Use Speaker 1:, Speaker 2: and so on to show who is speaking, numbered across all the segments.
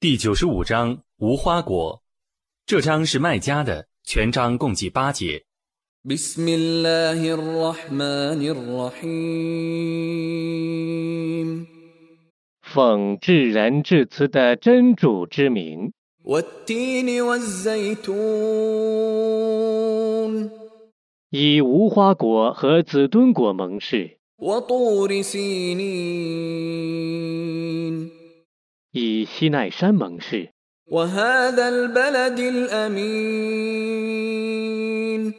Speaker 1: 第九十五章无花果，这章是卖家的，全章共计八节。
Speaker 2: بسم الله الرحمن الرحيم
Speaker 3: 奉至仁至慈的真主之名，
Speaker 2: والتين والزيتون
Speaker 3: 以无花果和紫墩果盟誓，
Speaker 2: وطور سينين
Speaker 3: 以西奈山盟誓，
Speaker 2: وهذا البلد الأمين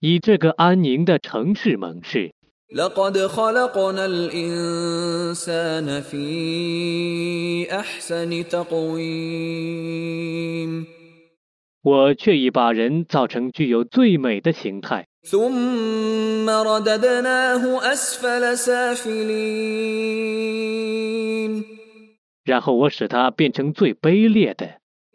Speaker 3: 以这个安宁的城市盟誓。
Speaker 2: لقد خلقنا الإنسان في أحسن تقويم
Speaker 3: 我却已把人造成具有最美的形态，
Speaker 2: ثم رددناه أسفل سافلين
Speaker 3: 然后我使它变成最卑劣的。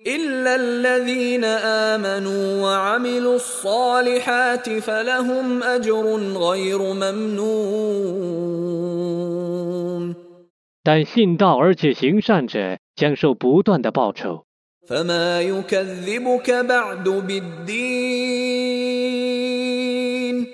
Speaker 2: إلا الذين آمنوا وعملوا الصالحات فلهم أجر غير ممنون
Speaker 3: 但信道而且行善者将受不断的报酬。
Speaker 2: فما يكذبك بعد بالدين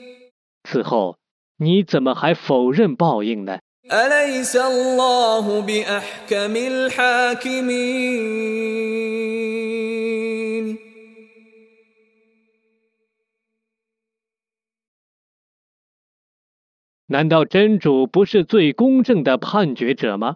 Speaker 3: 此后，你怎么还否认报应呢？
Speaker 2: أليس الله بأحكم الحاكمين
Speaker 3: 难道真主不是最公正的判决者吗？